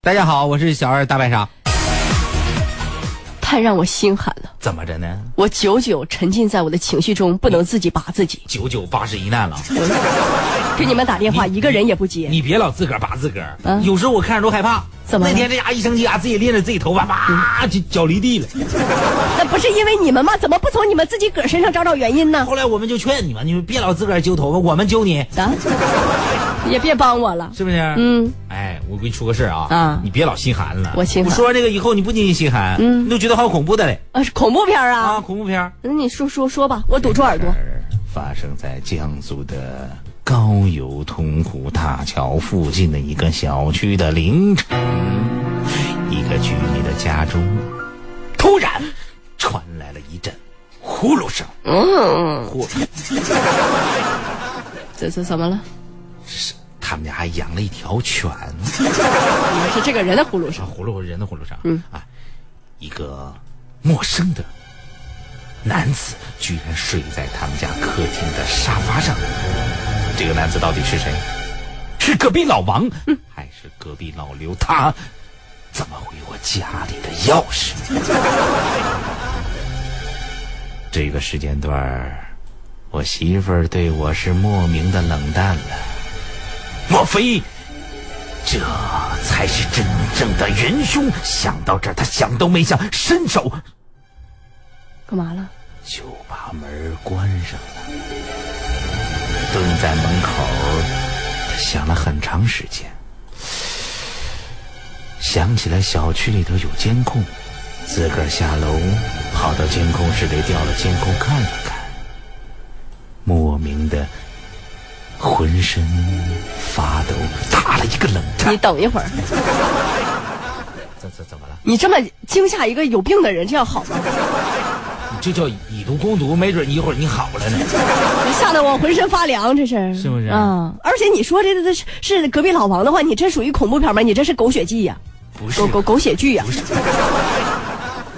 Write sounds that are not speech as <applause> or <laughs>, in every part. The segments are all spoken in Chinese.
大家好，我是小二大白鲨。太让我心寒了，怎么着呢？我久久沉浸在我的情绪中，不能自己拔自己。九九八十一难了，给你们打电话，一个人也不接。你别老自个儿拔自个儿，嗯有时候我看着都害怕。怎么了嗯那天这家一生气啊，自己拎着自己头发，啪就脚离地了。那不是因为你们吗？怎么不从你们自己个儿身上找找原因呢？后来我们就劝你们，你们别老自个儿揪头发，我们揪你，啊， <laughs> 也别帮我了。是不是？嗯。哎，我给你出个事儿啊！啊你别老心寒了。我心寒我说完这个以后，你不仅仅心寒，嗯，你都觉得好恐怖的嘞啊，是恐怖片儿啊？啊！恐怖片儿。那你说说说吧，我堵住耳朵。而发生在江苏的高邮通湖大桥附近的一个小区的凌晨，一个居民的家中突然传来了一阵呼噜声。嗯，呼，这这怎么了？他们家还养了一条犬，你们是这个人的葫芦啊，声。呼噜人的呼噜声。嗯啊，一个陌生的男子居然睡在他们家客厅的沙发上。这个男子到底是谁？是隔壁老王，还是隔壁老刘？他怎么回我家里的钥匙？ <laughs> 这个时间段儿，我媳妇儿对我是莫名的冷淡了。莫非这才是真正的元凶？想到这儿，他想都没想，伸手干嘛了？就把门关上了。蹲在门口，他想了很长时间，想起来小区里头有监控，自个儿下楼跑到监控室里调了监控看了看，莫名的浑身发抖，打了一个冷战你。等一会儿，怎怎怎么了？你这么惊吓一个有病的人，这样好吗？你这叫以毒攻毒，没准一会儿你好了呢。吓得我浑身发凉，这是是不是啊，而且你说这这这是隔壁老王的话，你这属于恐怖片吗？你这是狗血剧呀、不是狗，狗狗血剧啊呀、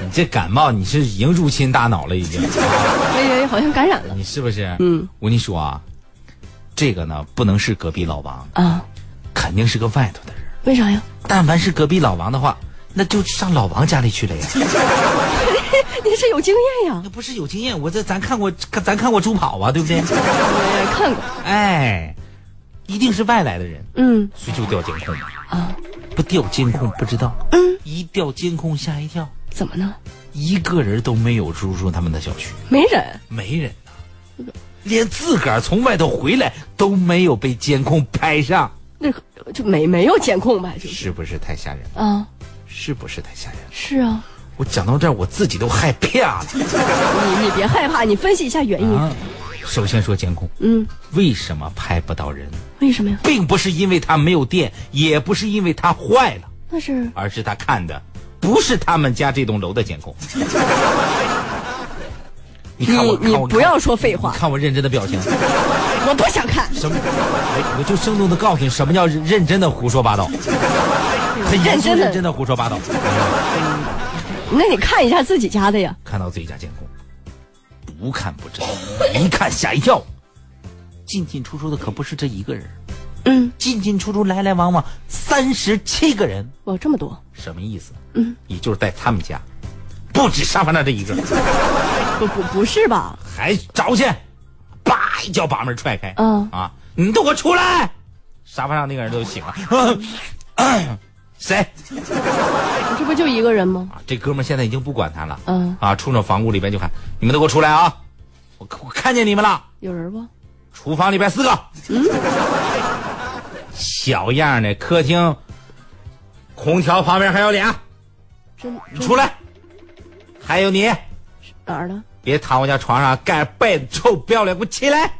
你这感冒你是已经入侵大脑了，已经。哎呀，好像感染了你是不是？嗯，我跟你说啊，这个呢不能是隔壁老王，啊？肯定是个外头的人。为啥呀？但凡是隔壁老王的话，那就上老王家里去了呀。你是有经验呀那，不是有经验，我这咱看过，看咱看过猪跑啊，对不对？我也看过。 <laughs> 哎，一定是外来的人，嗯，所以就调监控啊。不调监控不知道，嗯，一调监控吓一跳，怎么呢？一个人都没有入住他们的小区，没人，没人呐，连自个儿从外头回来都没有被监控拍上。那个就没没有监控吧？就是是不是太吓人？啊，是不是太吓人？是啊，我讲到这儿，我自己都害怕了。你你别害怕，你分析一下原因。啊，首先说监控，嗯，为什么拍不到人？为什么呀？并不是因为它没有电，也不是因为它坏了，那是而是他看的不是他们家这栋楼的监 <laughs> 控。你你看我，你看我不要说废话你，看我认真的表情，我不想看。什么？哎我我就生动的告诉你，什么叫认 <laughs> 认真的胡说八道，很严肃认真地认真的胡说八道。那你看一下自己家的呀。看到自己家监控，不看不知道，一看吓一跳。进进出出的可不是这一个人，嗯，进进出出来来往往三十七个人，哇，这么多，什么意思？嗯，也就是在他们家，不止沙发那这一个，不不不是吧？还找去，叭一脚把门踹开，嗯啊，你都给我出来！沙发上那个人都醒了， <coughs> 谁？这不就一个人吗？啊，这哥们儿现在已经不管他了，嗯啊，冲着房屋里边就喊：“你们都给我出来啊！我我看见你们了。”有人不？厨房里边四个，小样的，客厅空调旁边还有俩，真你出来，还有你，哪儿呢？别躺我家床上，盖着被子，臭不要脸，给我起来！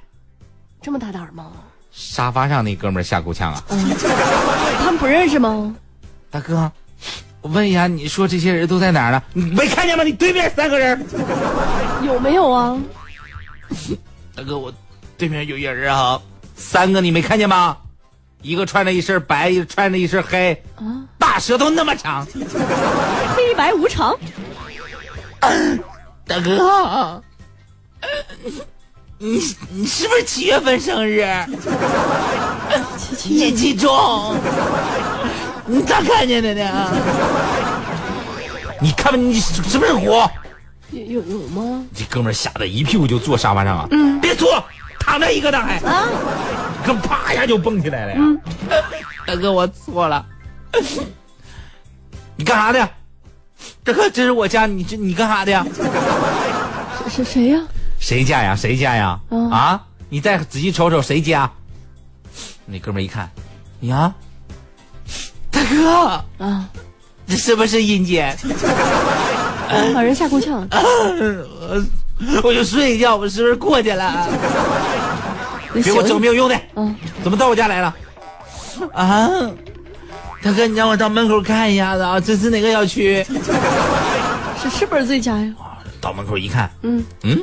这么大胆吗？沙发上那哥们儿吓够呛啊，他们不认识吗？大哥，我问一下，你说这些人都在哪儿呢？你没看见吗？你对面三个人，有没有啊？大哥，我对面有一个人啊，三个你没看见吗？一个穿着一身白，一个穿着一身黑，啊大舌头那么长，黑白无常，大哥，你你是不是七月份生日？七七你记住，你咋看见的呢？你看吧，你是是不是虎？有有有吗？这哥们儿吓得一屁股就坐沙发上啊！嗯，别坐，躺着一个呢还，啊，哥们啪一下就蹦起来了呀！嗯 <laughs> 大哥，我错了，你干啥的？这可这是我家，你这你干啥的呀？谁谁呀？谁家呀？谁家呀？嗯啊！你再仔细瞅瞅谁家？那哥们儿一看，呀，大哥，啊，这是不是阴间？把人吓够呛。我就睡一觉，我是不是过去了？啊给我整没有用的，嗯，怎么到我家来了？啊，大哥，你让我到门口看一下子啊，这是哪个小区？是是不是自己家呀？到门口一看，嗯，嗯，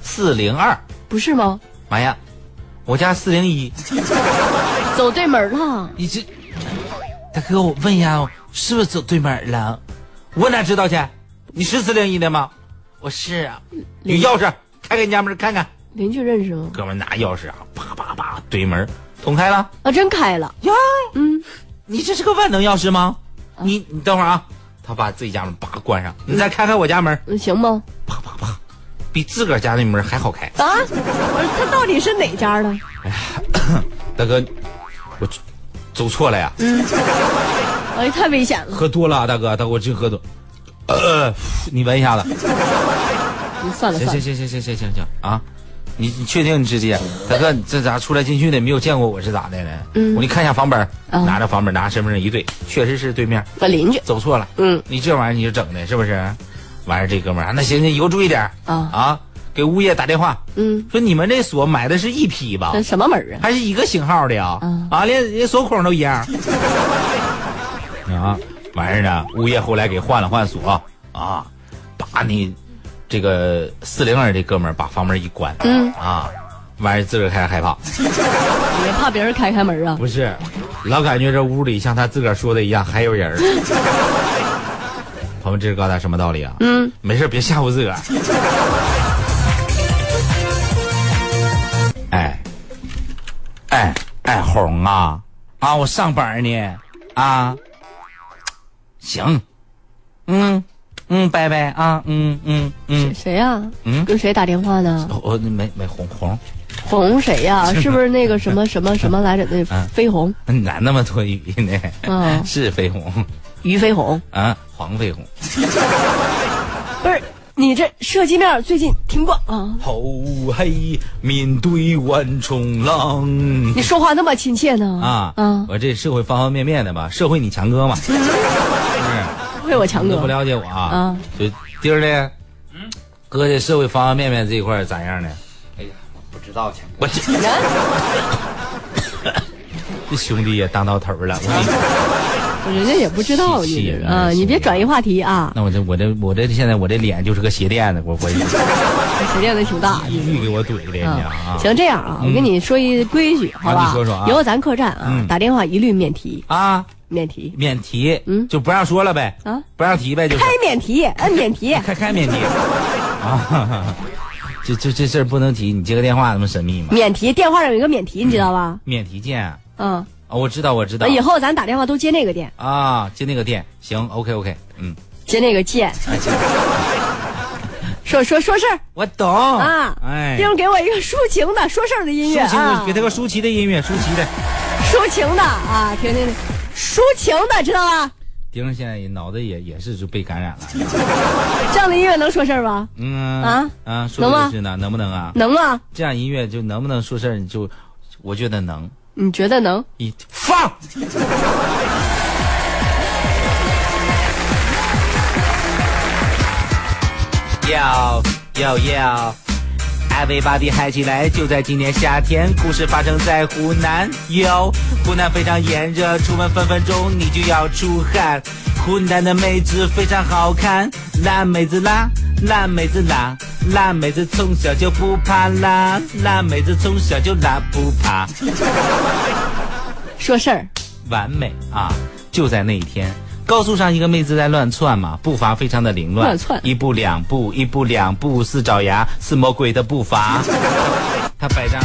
四零二，不是吗？妈呀，我家四零一，走对门了。你这，大哥，我问一下哦，是不是走对门儿了？我哪知道去？你是四零一的吗？我是啊，有钥匙，开开你家门看看。邻居认识吗？哥们儿拿钥匙啊，啪啪啪怼门儿，捅开了。啊，真开了。呀，嗯，你这是个万能钥匙吗？你你等会儿啊，他把自己家门叭关上，你再开开我家门，嗯行吗？啪啪啪，比自个儿家那门还好开。啊，我说他到底是哪家的？大哥，我走错了呀，哎，太危险了。喝多了啊，大哥，大哥我真喝多。呃，你闻一下子，嗯算了行算行行了，行行行行行啊，你你确定你直接？大哥，你这咋出来进去的没有见过我是咋的呢？嗯我给你看一下房本儿，嗯拿着房本儿拿身份证一对，确实是对面。我邻居。走错了，嗯，你这玩意儿你就整的是不是？完事儿这哥们儿，那行，那以后注意点儿啊给物业打电话，嗯，说你们这锁买的是一批吧这，什么门儿啊？还是一个型号的呀？嗯啊，连连锁孔都一样。啊，完事儿呢，物业后来给换了换锁啊，把你这个四零二这哥们儿把房门一关，嗯啊，完事儿自个儿开始害怕，也怕别人开开门啊？不是，老感觉这屋里像他自个儿说的一样，还有人儿。朋友们，这是告诉大家什么道理啊？嗯，没事，别吓唬自个儿。哎，哎哎，红啊啊，我上班呢啊。行，嗯嗯，拜拜啊，嗯嗯嗯。谁呀？嗯跟谁打电话呢？我、我没没红红，红谁 <laughs> 呀？是不是那个什么什么什么来着？那嗯飞鸿，你咋那么多余呢？<laughs> 嗯是绯红于飞鸿。啊，黄绯红。不是，你这涉及面儿最近挺广啊。好黑面对万重浪你说话那么亲切呢？啊啊！我这社会方方面面的吧，社会你强哥嘛，不会我强你都不哥，了解我啊啊，就丁儿呢，哥这社会方方面面这一块儿咋样呢？哎呀，我不知道，强哥。我这这兄弟也当到头儿了，我跟你人家也不知道气你人啊，你别转移话题啊，那我这我这我这现在我这脸就是个鞋垫子，我我谁练的挺大。一句给我怼的你知道啊啊，行，这样啊，我跟你说一规矩，好吧？你说说啊以后咱客栈啊，打电话一律免提，啊，免提免提，嗯就不让说了呗，啊，不让提呗，就是开免提，摁免提。开开免提啊！这这这事儿不能提，你接个电话那么神秘吗？免提，电话上有一个免嗯提，你知道吧？免提键啊，嗯，哦我知道我知道完以后咱打电话都接那个店，啊，接那个店行，OK OK，嗯，接那 <laughs> 个键。说说说事儿我懂啊！哎，丁儿给我一个抒情的说事儿的音乐抒情啊的，给，他个舒淇的音乐，舒淇的。抒情的啊，听听，抒情的，知道吧？丁儿现在也脑子也也是就被感染了，这样的音乐能说事儿吗？嗯啊啊，说的是呢，能不能啊？能吗？这样音乐就能不能说事儿？你就我觉得能你觉得能？一放。要要要！Everybody 嗨起来！就在今年夏天，故事发生在湖南哟。湖南非常炎热，出门分分钟你就要出汗。湖南的妹子非常好看，辣妹子辣，辣妹子辣，辣妹子从小就不怕辣，辣妹子从小就辣不怕。说事儿，完美啊！就在那一天，高速上一个妹子在乱窜嘛，步伐非常的凌乱，乱窜一步两步，一步两步，似爪牙，似魔鬼的步伐。她摆张，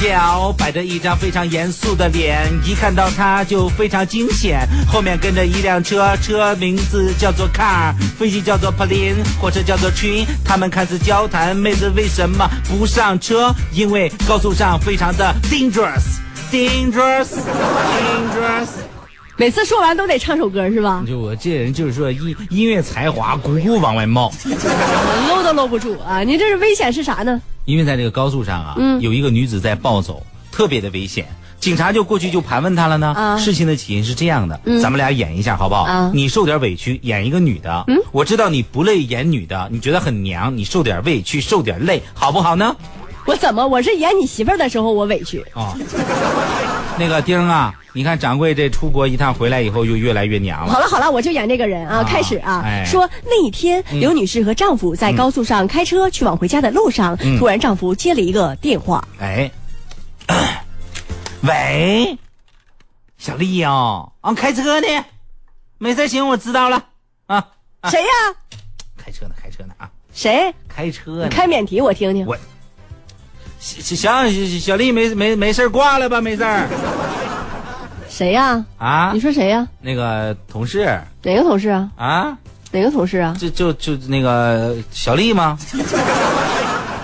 角，摆着一张非常严肃的脸，一看到他就非常惊险。后面跟着一辆车，车名字叫做 car，飞机叫做 plane，火车叫做 train。他们开始交谈，妹子为什么不上车？因为高速上非常的 dangerous，dangerous，dangerous。每次说完都得唱首歌是吧？就我这人就是说音音乐才华咕咕往外冒，嗯搂都搂不住啊！你这是危险是啥呢？因为在这个高速上啊，嗯有一个女子在暴走，特别的危险。警察就过去就盘问她了呢。啊嗯事情的起因是这样的，咱们俩演一下好不好？啊嗯你受点委屈，演一个女的。我知道你不累演女的，你觉得很娘，你受点委屈，受点累，好不好呢？我怎么我是演你媳妇儿的时候我委屈，啊、那个丁儿啊，你看掌柜这出国一趟回来以后就越来越娘 <laughs> 了。好了好了，我就演这个人啊，啊开始啊，哎嗯说那一天，刘女士和丈夫在高速上开车去往回家的路上，嗯突然丈夫接了一个电话，哎， <coughs> 喂，小丽哦，啊，开车呢，没事，行，我知道了，啊，谁呀、开车呢，开车呢啊，谁？开车你呢，开免提我听听我。行行，小小丽没没没事儿挂了吧，没事 <laughs> 儿谁呀、啊你，说谁呀、那个同事哪个同事啊？啊，哪个同事啊？就就就那个小丽吗？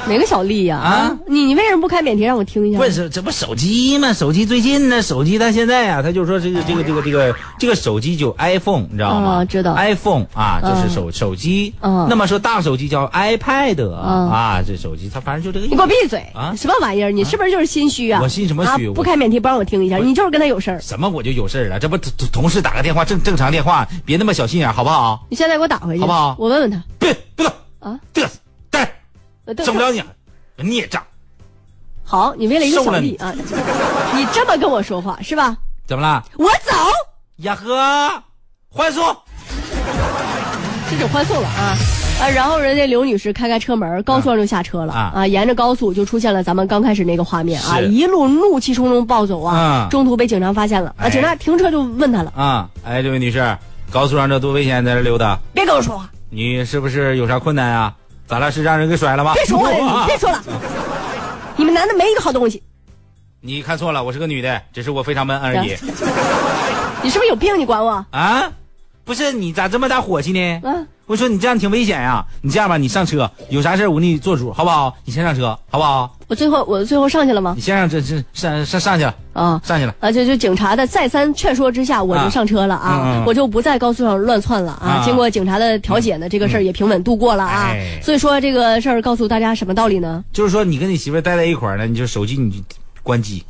哪个小丽呀、啊？啊你你为什么不开免提让我听一下？不是，这不手机吗？手机最近呢，手机它现在啊，它就说这个这个这个这个这个手机就 iPhone，你知哦道吗？啊知道 iPhone 啊，这是手、手机。嗯那么说大手机叫 iPad、嗯啊，这手机它反正就这个意你思给我闭嘴啊什么玩意儿？你是不是就是心虚啊？我心什么虚啊我不开免提不让我听一下，你就是跟他有事儿。什么我就有事儿了，这不同同事打个电话正正常电话，别那么小心眼儿，好不好？你现在给我打回去，好不好我问问他别别动，啊，嘚瑟，呆，呃整不了你，孽障，好，你为了一个受小了丽你啊， <laughs> 你这么跟我说话是吧？怎么了？我走，呀呵，换速，这就欢送了啊啊！然后人家刘女士开开车门，高速上就下车了啊沿着高速就出现了咱们刚开始那个画面啊，是一路怒气冲冲暴走啊，嗯中途被警察发现了啊，哎警察停车就问他了，啊！哎，这位女士，高速上这多危险，在这溜达。别跟我说话，你是不是有啥困难啊？咱俩是让人给甩了吗？ <laughs> 别说我 <laughs> 了，你别别说了，你们男的没一个好东西，你看错了，我是个女的，只是我非常闷而已。你是不是有病？你管我？啊，不是你咋这么大火气呢？嗯我说你这样挺危险呀、你这样吧，你上车，有啥事儿我给你做主，好不好？你先上车，好不好？我最后我最后上去了吗你？先上这这上上上去了，啊。上去了。啊，就就警察的再三劝说之下，我就啊上车了啊，嗯嗯我就不在高速上乱窜了啊。啊嗯经过警察的调解呢，这个事儿也平稳度过了啊。哎所以说这个事儿告诉大家什么道理呢？就是说你跟你媳妇儿待在一块儿呢，你就手机你就关机，